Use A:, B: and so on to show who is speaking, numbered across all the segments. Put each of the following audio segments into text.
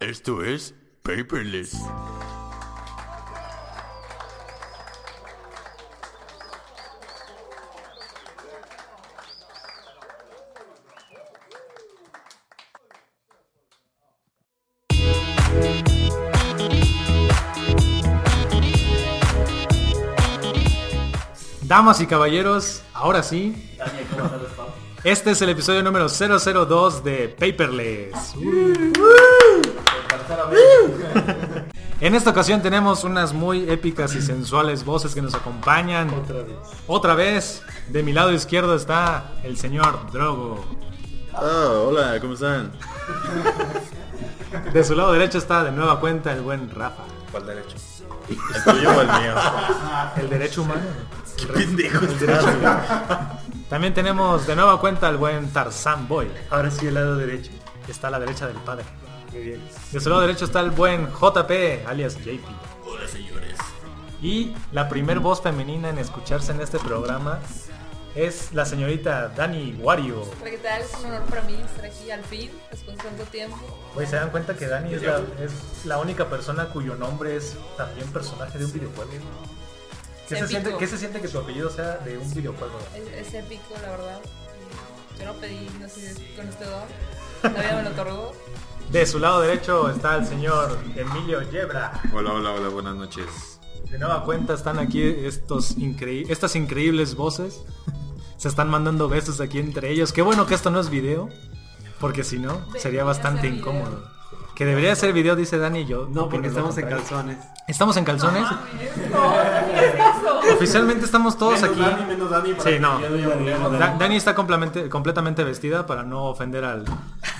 A: Esto es Paperless.
B: Damas y caballeros, ahora sí,
C: Daniel, ¿cómo estás, Pau?
B: este es el episodio número 002 de Paperless.
C: Tercera vez.
B: En esta ocasión tenemos unas muy épicas y sensuales voces que nos acompañan.
C: Otra vez.
B: Otra vez, de mi lado izquierdo está el señor Drogo.
A: Ah, hola, ¿cómo están?
B: De su lado derecho está de nueva cuenta el buen Rafa.
A: ¿Cuál derecho? ¿El tuyo o el mío?
B: El derecho humano.
A: Qué pendejo
B: También tenemos de nueva cuenta el buen Tarzan Boy.
C: Ahora sí el lado derecho.
B: que está a la derecha del padre.
C: Muy bien.
B: De su lado derecho está el buen JP, alias JP.
A: Hola, señores.
B: Y la primer voz femenina en escucharse en este programa es la señorita Dani Wario.
D: Hola, ¿qué tal? Es un honor para mí estar aquí al fin, después de tanto tiempo.
B: Oye, ¿se dan cuenta que Dani es la, es la única persona cuyo nombre es también personaje de un videojuego? ¿Qué se,
D: Épico.
B: siente, qué se siente que tu apellido sea de un videojuego?
D: Es, es épico, la verdad. Yo lo pedí, no sé si es con este don. La vida me lo otorgó.
B: De su lado derecho está el señor Emilio Yebra.
A: Hola, hola, hola, buenas noches.
B: De nueva cuenta están aquí estos increí- estas increíbles voces. Se están mandando besos aquí entre ellos. Qué bueno que esto no es video, porque si no, sería
D: Debería
B: bastante
D: ser
B: incómodo. Que debería ser video, dice Dani y yo.
E: No,
B: opino lo
E: porque estamos en
B: contrario.
E: calzones.
B: ¿Estamos en calzones? Oficialmente estamos todos aquí.
C: menos Dani
B: Sí, no.
C: que ya haya problemas.
B: Da- Dani está complemente- completamente vestida para no ofender al,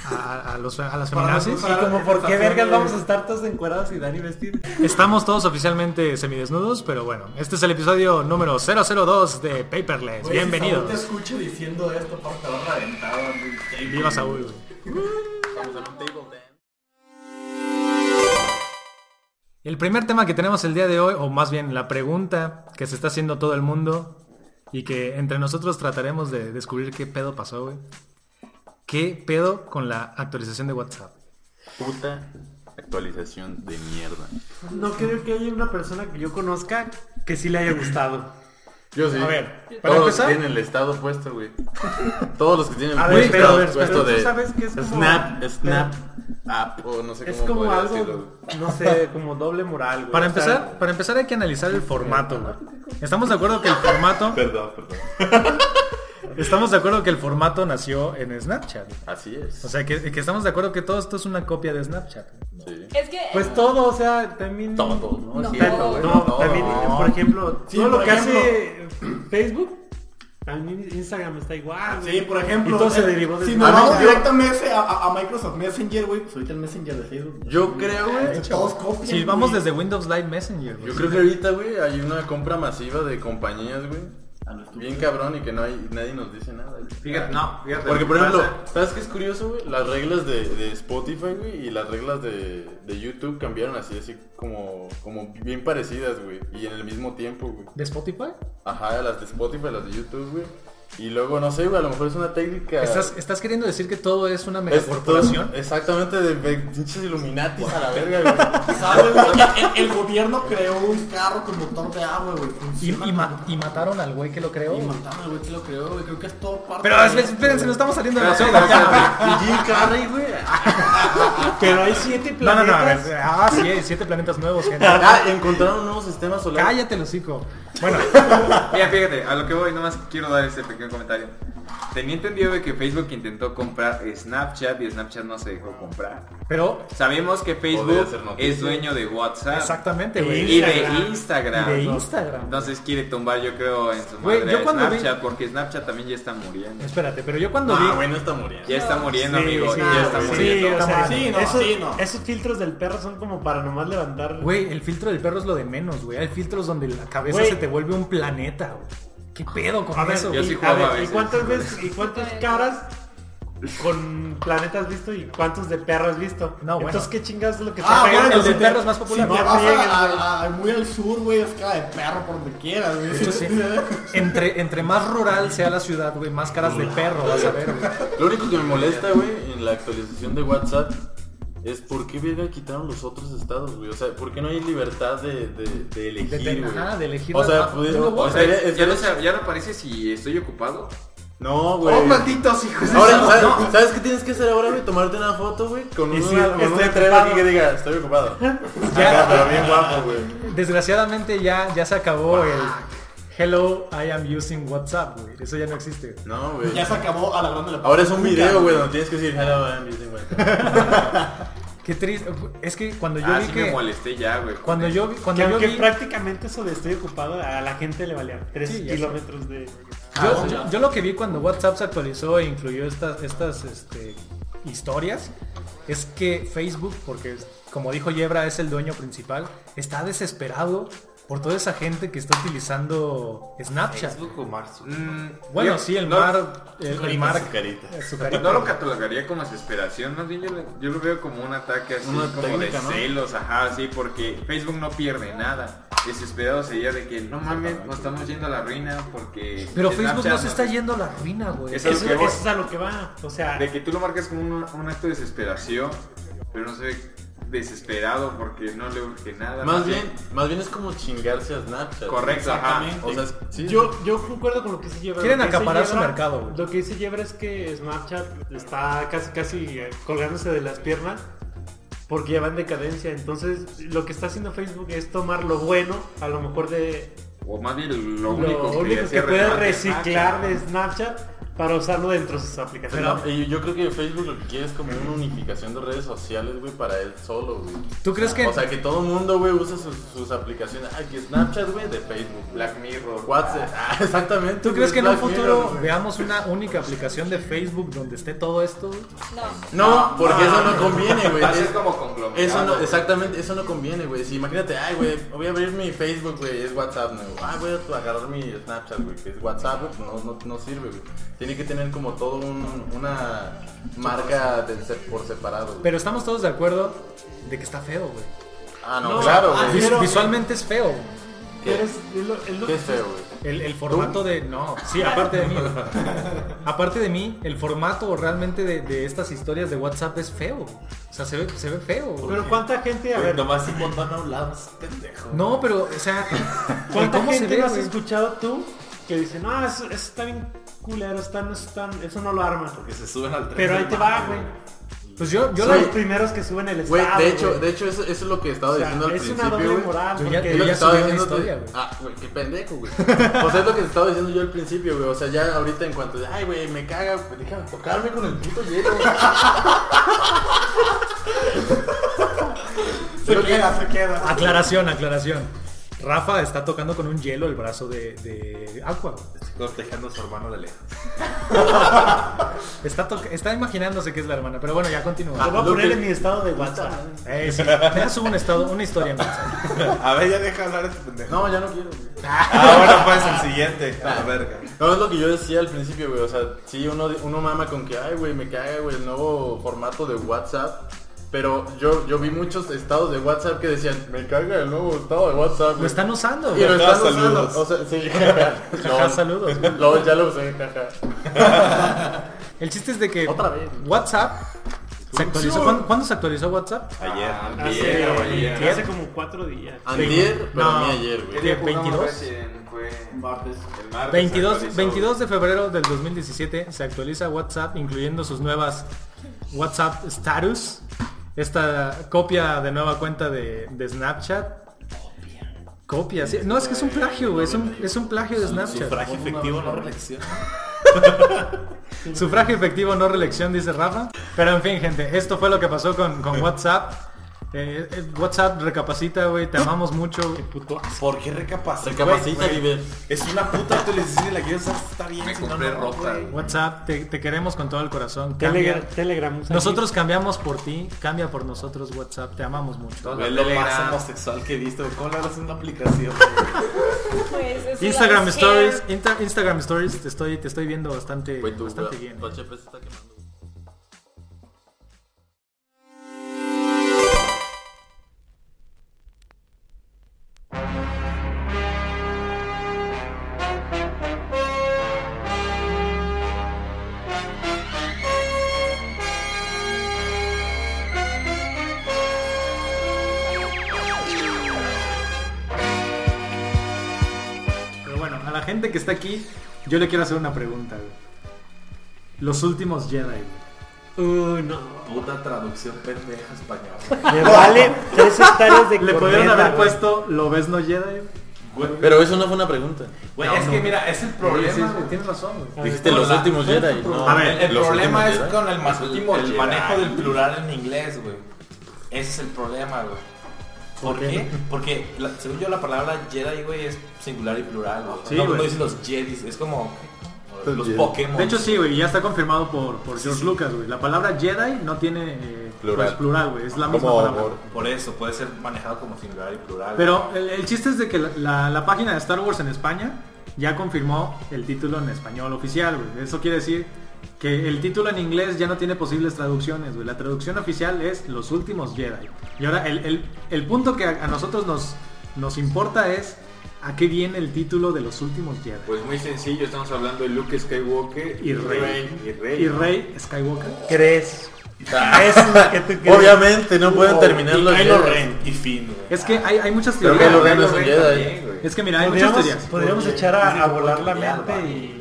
B: a, a los, a las feminazis.
E: Y Ah, como por qué vergas vamos a estar todos encuadrados y Dani vestido.
B: Estamos todos oficialmente semidesnudos, pero bueno, este es el episodio número 002 de Paperless.
C: Güey, si
B: Bienvenidos.
C: Saúl te escucho diciendo esto, Pau, te va a reventar. güey. Table.
B: Viva Saúl, güey.
C: Estamos en un table dance.
B: El primer tema que tenemos el día de hoy, o más bien la pregunta que se está haciendo todo el mundo y que entre nosotros trataremos de descubrir qué pedo pasó, güey. ¿Qué pedo con la actualización de WhatsApp?
A: Puta actualización de mierda.
E: No creo que haya una persona que yo conozca que sí le haya gustado.
A: Yo sí.
B: A ver, para
A: Todos
B: empezar-
A: tienen el estado puesto, güey. Todos los que tienen
E: A
A: el
E: ver, pero-
A: estado
E: pero-
A: puesto
E: pero
A: de
E: tú sabes que es como-
A: Snap, Snap, App o no sé cómo
E: Es como
A: podría
E: algo,
A: decirlo, güey.
E: no sé, como doble moral. güey.
B: Para
E: O sea,
B: empezar, para empezar hay que analizar el formato, güey. Estamos de acuerdo que el formato,
A: Perdón, perdón.
B: estamos de acuerdo que el formato nació en Snapchat. güey.
A: Así es.
B: O sea, que, que estamos de acuerdo que todo esto es una copia de Snapchat. güey.
A: Sí.
D: Es que.
E: Pues todo, o sea, también...
A: Todo, ¿no?
D: No.
A: Sí,
E: Pero,
A: güey,
E: no,
A: todo.
E: también, por ejemplo,
C: Sí,
E: todo lo
C: por
E: que hace Facebook, también Instagram está igual. güey.
C: Sí, por ejemplo.
E: Y todo se
C: eh,
E: derivó de
C: Si nos
A: Ah,
C: vamos
A: no,
C: directo a, Mese- a- a- a Microsoft Messenger, güey, pues ahorita el Messenger de Facebook.
A: Yo creo, güey.
C: Todos copian.
B: Si vamos
C: güey.
B: desde Windows Live Messenger. güey.
A: Yo creo que ahorita, güey, hay una compra masiva de compañías, güey.
C: A lo estúpido.
A: Bien cabrón y que no hay, nadie nos dice nada. güey.
E: Fíjate, no, fíjate.
A: Porque, por ejemplo,
E: Pasa.
A: ¿sabes qué es curioso, güey? Las reglas de, de Spotify, güey, y las reglas de, de YouTube cambiaron así, así como, como bien parecidas, güey. Y en el mismo tiempo, güey.
B: ¿De Spotify?
A: Ajá, las de Spotify, las de YouTube, güey. Y luego, no sé, güey, a lo mejor es una técnica...
B: ¿Estás, estás queriendo decir que todo es una
A: Ah. Es
B: megacorporación?
A: todo- Exactamente, de de pinches Illuminatis a la verga, güey.
C: ¿Sabes, güey? El, el gobierno creó un carro con motor de agua, güey.
B: Y,
C: Funciona
B: y
C: como-
B: ma- y mataron al güey que lo creó.
C: Y matame, güey, que lo creo, güey. Creo que es todo parte.
B: Pero
C: de-
B: es- espérense, nos estamos saliendo de la
A: Pero-
B: zona.
A: Y Jim Carrey, güey.
E: Pero hay siete
B: No, no,
E: planetas.
B: no. a ver, Ah, sí, hay siete planetas nuevos, gente.
A: Ah, encontraron un nuevo sistema solar.
B: Cállate, el hocico. Bueno,
F: Mira, fíjate, a lo que voy, nomás quiero dar ese pequeño comentario. Tenía entendido de que Facebook intentó comprar Snapchat y Snapchat no se dejó comprar.
B: pero
F: Sabemos que
A: Podría ser
F: Facebook
A: noticia.
F: es dueño de WhatsApp.
B: exactamente, güey.
F: Y de Instagram.
B: Y de Instagram.
F: Entonces quiere tumbar, yo creo, en su
B: Güey,
F: madre
B: yo
F: a
B: cuando vi-
F: Snapchat, porque Snapchat también ya está muriendo.
B: Espérate, pero yo cuando vi.
A: Ah, güey, no está muriendo.
F: Ya está muriendo,
B: Sí,
F: amigo,
B: sí,
F: y ya está
B: sí,
F: muriendo.
E: o sea,
B: Sí,
C: no,
E: esos,
C: sí, no.
E: esos filtros del perro son como para nomás levantar.
B: Güey, el filtro del perro es lo de menos, güey. Hay filtros donde la cabeza
E: Güey.
B: se te vuelve un planeta, güey. ¿Qué pedo con
E: A ver,
B: eso,
F: yo
B: güey?
F: sí
E: y,
F: jugaba
E: a ver,
F: a
E: ¿y
F: veces.
E: cuántas veces y cuántas caras con planetas visto y cuántos de perro has visto?
B: No, bueno.
E: Entonces qué chingas es lo que
C: Ah,
E: está
C: bueno,
E: pegando?
B: el de
C: si te-
B: perro es más popular.
C: Si te
E: Ya
C: vas
E: friegues,
C: a- a- a- muy al sur, güey, es cara de perro por donde quieras, güey.
B: Eso sí. Entre, entre más rural sea la ciudad, güey, más caras de perro vas a ver, güey.
A: Lo único que me molesta, güey, en la actualización de WhatsApp es por qué verga quitaron los otros estados, güey. O sea, ¿por qué no hay libertad de, de- de
B: De,
A: elegir,
B: de-
A: güey?
B: ajá, de elegir
A: O
B: la-
A: sea,
B: ah,
A: pudieron-
B: uno u
A: o
B: otro.
A: sea,
F: Espera,
A: es-
F: ya, no, sab- ya no aparece si estoy ocupado.
A: No,
B: Pues,
A: güey.
F: Oh, malditos hijos. de
A: Ahora,
F: su-
A: ¿sabes,
F: no.
A: ¿sabes qué tienes que hacer ahora, güey? Tomarte una foto, güey, con
E: Y
A: una,
E: sí,
A: con
E: estoy
A: una treva aquí
E: ocupado.
A: que diga, estoy ocupado. Acá, pero bien guapo, güey.
B: Desgraciadamente ya, ya se acabó el Hello, I am using WhatsApp, güey. Eso ya no existe. güey.
A: No, güey.
G: Ya se acabó a la grande la
A: Ahora es un video, güey, donde tienes que decir hello, I'm using my
B: Qué triste. Es que cuando yo
F: Ah,
B: vi
F: sí me
B: que.
F: molesté ya, güey. con
B: Cuando
F: eso.
B: yo vi. Cuando
E: Que
B: yo
E: aunque
B: vi
E: prácticamente eso de estoy ocupado, a la gente le valía 3
B: Sí, ya sé.
E: kilómetros de...
B: Yo, yo- yo lo que vi cuando WhatsApp se actualizó e incluyó estas, estas este, historias es que Facebook, porque es- como dijo Yebra es el dueño principal, está desesperado por toda esa gente que está utilizando Snapchat.
C: Facebook o Marzo.
F: Mm,
B: Bueno,
F: yo-
B: sí, el
F: no-
B: mar, el, el mar,
A: Su carita.
B: su carita.
F: No lo catalogaría como desesperación, más bien yo, le- yo lo veo como un ataque así,
A: Una
F: como
A: técnica,
F: de
A: ¿no?
F: celos, ajá, así, porque Facebook no pierde nada. Desesperado sería de que, no mames, nos estamos yendo a la ruina porque...
B: Pero
F: Snapchat
B: Facebook no se
F: nos-
B: está yendo a la ruina, güey.
F: Es
E: Eso,
F: a lo que voy.
E: eso es a lo que va. O sea,
F: De que tú lo marcas como un, un acto de desesperación, pero no se ve desesperado porque no le urge nada.
A: Más bien, más bien es como chingarse a Snapchat.
F: Correcto, ajá.
E: Exactamente.
A: O sea, es- sí.
E: Yo, yo concuerdo con lo que dice Yebra.
B: Quieren
E: Lo que dice
B: acaparar su
E: Yebra-
B: mercado, güey.
E: Lo que dice Yebra es que Snapchat está casi, casi eh, colgándose de las piernas porque ya va en decadencia. Entonces, lo que está haciendo Facebook es tomar lo bueno, a lo mejor de
F: O más bien lo
E: lo
F: único que,
E: único
F: hacía
E: que puede
F: relevante es Ah,
E: reciclar
F: Snapchat.
E: de Snapchat para usarlo dentro de sus aplicaciones.
A: Pero eh, yo creo que Facebook lo que quiere es como una unificación de redes sociales, güey, para él solo, güey.
B: ¿Tú crees que-
A: O sea, que todo el mundo, güey, usa sus, sus aplicaciones. Ah, que Snapchat, güey, de Facebook.
F: Black Mirror.
A: WhatsApp. Ah, exactamente.
B: ¿Tú crees que en un
A: Black
B: futuro
A: Mirror, güey.
B: veamos una única aplicación de Facebook donde esté todo esto? güey?
D: No.
A: No, porque eso no conviene, güey.
F: Va a ser
A: Ah. Es-
F: como conglomerado.
A: Eso no,
F: güey.
A: exactamente, eso no conviene, güey. Si imagínate, ay, güey, voy a abrir mi Facebook, güey, es WhatsApp, no, Ah, voy a agarrar mi Snapchat, güey, que es WhatsApp, güey, pues no, no, no sirve, güey. Tiene que tener como todo un, una marca del se- por separado, güey.
B: Pero estamos todos de acuerdo de que está feo, güey.
A: Ah, no,
E: No,
A: claro,
E: ah,
A: güey.
B: Vis-
E: Pero-
B: visualmente es feo. güey.
A: ¿Qué,
E: Eres- es lo- es lo-
A: qué es feo, güey?
B: El, el formato de. No, sí, aparte de mí. aparte de mí, el formato realmente de, de estas historias de WhatsApp es feo. O sea, se ve, se ve feo. güey.
E: Pero cuánta gente, a
C: Güey,
E: ver,
C: Nomás un montón a un lado, es pendejo.
B: No, pero, o sea.
E: ¿Cuánta
B: ¿cómo se
E: gente
B: ve,
E: no has
B: güey?
E: escuchado tú que dice, no, eso, eso está bien culero, está, no, está, eso no lo arma?
C: Que se suben al tren.
E: Pero ahí
C: del
E: te
C: mame,
E: va, güey.
B: Pues yo, yo
E: Yo
B: la-
E: los primeros que suben el
A: Güey,
E: estado.
A: de hecho,
E: güey.
A: de hecho, eso, eso es lo que estaba
E: O sea,
A: diciendo al
E: es una
A: principio,
E: doble
A: güey.
E: moral.
B: Yo ya-
E: porque
A: Es lo
B: yo
A: que
B: ya-
A: estaba
B: subí una
A: diciendo.
B: historia, güey.
A: Ah, güey, qué pendejo, güey. O sea, es lo que te estaba diciendo yo al principio, güey. O sea, ya ahorita en cuanto de, ay, güey, me caga, güey, déjame tocarme con el puto hielo, güey.
G: Se queda, se queda.
B: Aclaración, aclaración. Rafa está tocando con un hielo el brazo de, de Aqua. güey.
C: Cortejando a su hermano de lejos.
B: Está, toca- está imaginándose que es la hermana. Pero bueno, ya continúa.
E: Lo "Ah, voy a
A: lo
E: poner
A: que-
E: en mi estado de WhatsApp.
B: Eh, sí. Ya subo un estado, una historia en WhatsApp.
C: A ver, ya deja hablar este pendejo.
A: No, ya no quiero, güey.
C: Ah, bueno, pues el siguiente. A la verga.
A: No, es lo que yo decía al principio, güey. O sea, sí, uno, uno mama con que, ay, güey, me caga, güey, el nuevo formato de WhatsApp. Pero yo, yo vi muchos estados de WhatsApp que decían, me caga el nuevo estado de WhatsApp.
B: Lo
A: güey".
B: están usando,
A: Y
B: güey.
A: lo
C: Jaja,
A: están usando.
C: saludos.
A: O sea, sí.
B: Jaja, saludos. güey.
A: Lo, ya lo usé, jaja.
B: El chiste es de que
A: Otra vez.
B: WhatsApp se actualizó. ¿Cuándo, cuándo se actualizó WhatsApp?
C: Ayer.
F: Ah,
E: Hace,
F: Ayer, ayer.
E: hace como cuatro días.
A: Ah, Antier, pero
B: No.
A: ni ayer,
F: ¿Qué
A: güey.
F: día jugamos
B: 22?
F: recién? Fue
G: Martes.
F: el martes,
B: 22,
F: actualizó.
B: 22 de febrero del 2017 se actualiza WhatsApp, incluyendo sus nuevas WhatsApp Status, esta copia de nueva cuenta de, de Snapchat. Copia, sí. No, es que es un plagio, güey. Es un, es un plagio de Snapchat.
C: Sufragio efectivo, no reelección.
B: Sufragio efectivo, no reelección, dice Rafa. Pero en fin, gente, esto fue lo que pasó con, con WhatsApp. Eh, eh, WhatsApp recapacita, güey. Te amamos mucho.
C: ¿Por qué recapacita?
A: Recapacita,
C: güey?
A: Liber.
C: Es una puta actualización y la quieres usar, está bien.
F: Me
C: si no,
F: compré
C: no,
F: ropa.
C: güey.
B: WhatsApp, te, te queremos con todo el corazón. Cambia.
E: Telegram. Telegram usa
B: Nosotros cambiamos por ti, cambia por nosotros WhatsApp, te amamos mucho.
C: Güey, Es lo más
F: Telegram.
C: homosexual que he visto. güey. ¿Cómo le hablas en una aplicación? güey?
D: Pues, es
B: Instagram
D: la-
B: Stories, Insta- Instagram Stories, te estoy, te estoy viendo bastante,
A: Güey, tu
B: bastante bien. eh.
A: tu HP se está quemando.
B: la gente que está aquí, yo le quiero hacer una pregunta, güey. Los últimos Jedi,
C: Uy, no. Puta traducción pendeja española.
E: Me vale tres hectáreas de
B: güey. Le podrían
E: corneta,
B: haber
E: güey.
B: puesto, ¿lo ves no Jedi?
C: Güey,
A: Pero eso no fue una pregunta.
C: güey,
B: No,
C: es
B: no.
C: que mira, es el
B: Oye, sí,
C: problema.
B: sí,
C: güey.
B: tienes razón, güey.
A: Dijiste los
C: la-
A: últimos Jedi. No,
B: A ver,
C: el
A: los
C: problema es
A: últimos Jedi.
C: con el, mas- el
A: Jedi.
C: manejo del plural en inglés, güey. Ese es el problema, güey. ¿Por qué? Porque la- según yo la palabra Jedi, güey, es singular y plural, güey.
B: Sí,
C: no,
B: güey.
C: no dice los Jedis, es como
A: Los
C: los
A: Jedi.
C: Pokémon.
B: De hecho, sí, güey, ya está confirmado por, por George Lucas, güey. La palabra Jedi no tiene eh, pues,
A: Plural.
B: plural, güey. Es la misma
A: Como
B: palabra.
C: por eso puede ser manejado como singular y plural.
B: Pero el, el chiste es de que la, la- la página de Star Wars en España ya confirmó el título en español oficial, güey. Eso quiere decir que el título en inglés ya no tiene posibles traducciones, güey. La traducción oficial es Los Últimos Jedi. Y ahora el, el- el punto que a, a nosotros nos, nos importa es a qué viene el título de Los Últimos Jedi.
F: Pues muy sencillo, estamos hablando de Luke Skywalker
B: Y Rey.
F: Y Rey.
B: Y Rey Skywalker.
E: ¿Crees?
A: Ah,
E: Eso es lo que tú crees.
A: Obviamente no pueden
B: Oh,
A: terminar
C: y
A: los
C: Kylo
A: Jedi.
C: Ren y Finn, güey.
B: Es que hay, hay muchas
A: Pero
B: teorías.
A: Kylo Ren no es un
F: Kylo Ren
A: Jedi.
F: también, güey.
B: Es que mira, hay muchas
E: Podríamos,
B: teorías.
E: podríamos echar a, a volar la
C: Porque-
E: mente y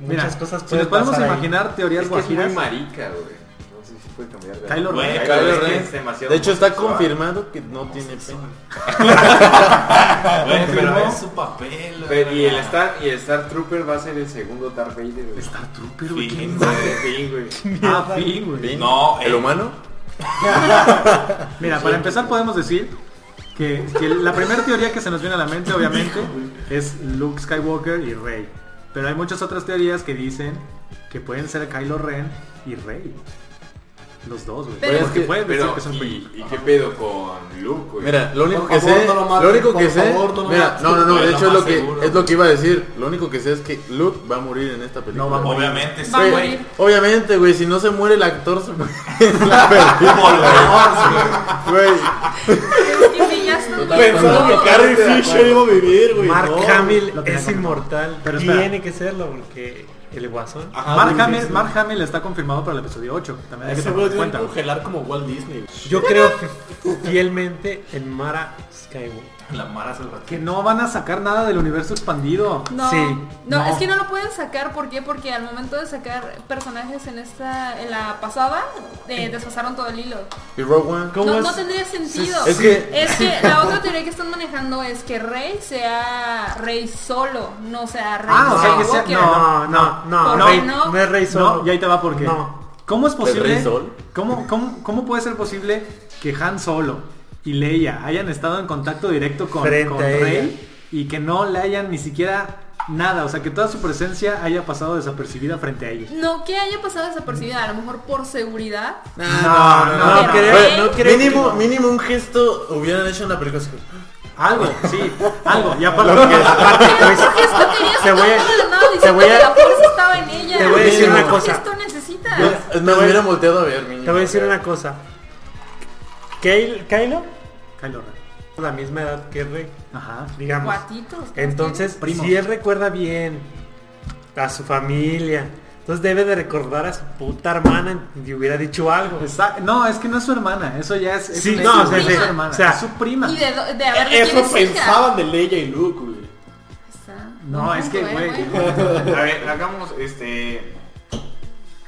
B: Mira,
E: muchas cosas
B: si nos
E: pueden
B: podemos
E: pasar ahí.
B: imaginar
F: Es
B: teorías
F: que es muy
B: guajiras.
F: marica, güey. No sé si puede cambiar de
B: Kylo
C: Güey,
B: Ren.
C: Kylo
F: Kylo
C: Ren
F: Ren
C: es
F: es demasiado
A: De hecho está
F: homosexual.
A: confirmado que no tiene pena.
C: Ah, Güey, pero
B: confirmó.
C: es su papel,
F: Pero-
C: güey.
F: y, el Star, y el Star Trooper va a ser el segundo Darth Vader, güey.
B: Star Trooper, güey.
C: Fin,
B: ¿qué
C: güey.
B: madre?
F: Sí, güey.
B: Ah, fin, güey.
A: Fin.
C: No,
A: ¿El
C: eh.
A: humano?
B: Mira, para empezar podemos decir que, que la primera teoría que se nos viene a la mente, obviamente, es Luke Skywalker y Rey. Pero hay muchas otras teorías que dicen que pueden ser Kylo Ren y Rey. Los dos, güey.
D: Pero-
B: Porque
A: Es que-
B: pueden decir
F: Pero,
B: que son
F: ¿y,
B: películas.
F: y qué pedo con Luke, güey?
A: Mira, lo único
H: Por
A: que
H: favor,
A: sé,
H: no lo mates,
A: lo único que
H: por
A: sé,
H: favor, no lo
A: mira,
H: mates.
A: no, no, no,
C: Es
A: de hecho
C: lo
A: es
C: más
A: lo que
C: seguro.
A: es lo que iba a decir. Lo único que sé es que Luke va a morir en esta película.
B: No va a morir.
C: eh, Obviamente, sí,
D: Va a
A: Güey,
D: morir.
C: güey.
A: Obviamente, güey, si no se muere el actor se muere la película,
C: Por favor, güey.
A: güey.
D: Es que sí, ya está.
H: Pensaron que Carrie Fisher iba a vivir, güey.
E: Mark
H: no.
E: Hamill
B: lo tenía
E: es
B: como-
E: inmortal.
B: Pero espera.
E: Tiene que serlo porque el guasón.
C: Ajá,
B: Mark
C: güey,
E: Ah,
B: Hamill,
C: sí.
B: Mark Hamill está confirmado para el episodio 8. También hay que
H: Ese
B: tener
H: güey
B: en
H: tiene que
B: cuenta.
H: congelar como Walt Disney. güey.
E: Yo creo fielmente en Mara Skywalker.
C: La Mara Salvatierra.
B: Que no van a sacar nada del universo expandido.
D: No,
E: Sí,
D: no,
E: no.
D: es que no lo pueden sacar, ¿por qué? Porque al momento de sacar personajes en esta, en la pasada, eh, desfasaron todo el hilo.
A: Y Rogue One.
E: ¿Cómo
D: no,
E: es?
D: no tendría sentido.
A: Es que-
D: Es que la otra teoría que están manejando es que Rey sea Rey solo, no sea Rey
B: Ah, o sea, que sea-
D: Skywalker.
E: No, no, no,
D: ¿Por
E: no,
D: qué
E: no,
D: no?
E: es Rey Solo.
B: No, y ahí te va porque.
E: No.
B: ¿Cómo es posible?
A: Rey Sol?
B: ¿cómo, cómo, cómo puede ser posible que Han Solo y Leia hayan estado en contacto directo con,
E: Frente
B: con
E: a ella.
B: Rey y que no le hayan ni siquiera nada? O sea, que toda su presencia haya pasado desapercibida frente a ellos.
D: No que haya pasado desapercibida, a lo mejor por seguridad.
E: Ah,
B: No, no,
D: no, no creo.
A: Güey,
D: no
E: creo
A: mínimo,
E: que no.
A: mínimo un gesto hubieran hecho en la película.
B: Algo, sí, algo. Y aparte,
D: Pero ¿por qué esto querías
E: te voy a-
D: tanto de nada
E: te
D: diciendo
E: voy a-
D: que la fuerza estaba en ella?
E: te voy a decir
D: ¿Por
E: una
D: qué
E: cosa.
D: Esto necesitas.
A: Yo- Me hubiera volteado a ver, mínimo.
E: Te voy a decir una cosa. Kyl- Kylo,
B: Kylo Ren.
E: la misma edad que Rey,
B: Ajá.
E: digamos.
D: Guatitos. ¿qué
E: Entonces,
B: Primo.
E: si él recuerda bien a su familia, entonces debe de recordar a su puta hermana y le hubiera dicho algo.
B: Exacto. No, es que no es su hermana, eso ya es, es
E: Sí,
B: un
E: no,
B: hecho,
E: o sea,
B: es su
D: sí,
B: hermana,
E: o sea,
B: es su prima.
D: Y de, do- de haber
H: Eso pensaban de Leia y Luke, güey.
B: No, es que,
D: ¿eh?
B: güey.
F: A ver, hagamos este.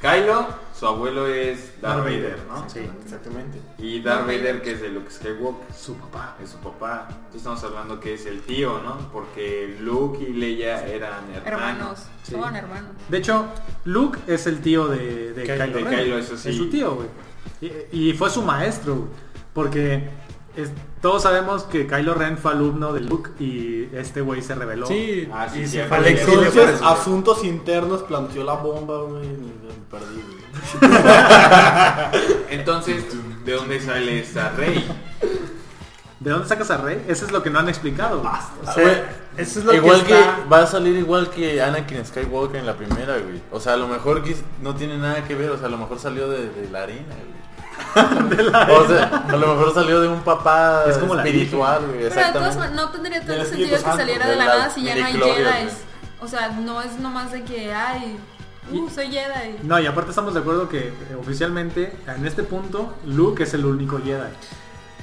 F: Kylo, su abuelo es Darth
B: Darth
F: Vader,
B: Vader,
F: ¿no?
E: Sí.
H: Exactamente.
F: Y Darth Vader, que es de Luke Skywalker,
B: Su papá.
F: es su papá. Entonces estamos hablando que es el tío, ¿no? Porque Luke y Leia eran hermanos.
D: Hermanos,
B: Sí.
D: son hermanos.
B: De hecho, Luke es el tío de, de
E: Kylo-
B: Kylo,
F: de
B: Ren.
F: Kylo, eso sí.
B: Es su tío, güey. Y, y fue su maestro, güey. Porque es- todos sabemos que Kylo Ren fue alumno de Luke y este güey se reveló.
E: Sí,
F: Ah, sí,
E: y se
F: cierto.
E: fue al exilio pues.
F: Sí,
E: por
H: Entonces,
E: eso.
H: asuntos internos planteó la bomba, güey. y me Perdí, güey.
F: Entonces, ¿de dónde sale esta Rey?
B: ¿De dónde sacas a Rey? Eso es lo que no han explicado. güey.
E: O sea,
A: Güey,
E: eso es lo
A: igual
E: que
A: que,
E: está...
A: va a salir igual que Anakin Skywalker en la primera, güey. O sea, a lo mejor quis- no tiene nada que ver, o sea, a lo mejor salió de, de la arena, güey. O sea, a lo mejor salió de un papá
B: Es como la
A: espiritual, güey.
D: Pero de todas
A: Exactamente.
D: maneras, no tendría tanto
H: Del
D: sentido que
H: Espíritu
D: saliera
A: Santo,
D: de la
A: de la
D: nada si ya no hay
A: midichlorians,
D: Jedi.
A: güey.
D: O sea, no es nomás de que, ay, uh, soy Jedi.
B: No, y aparte estamos de acuerdo que eh, oficialmente, en este punto, Luke es el único Jedi.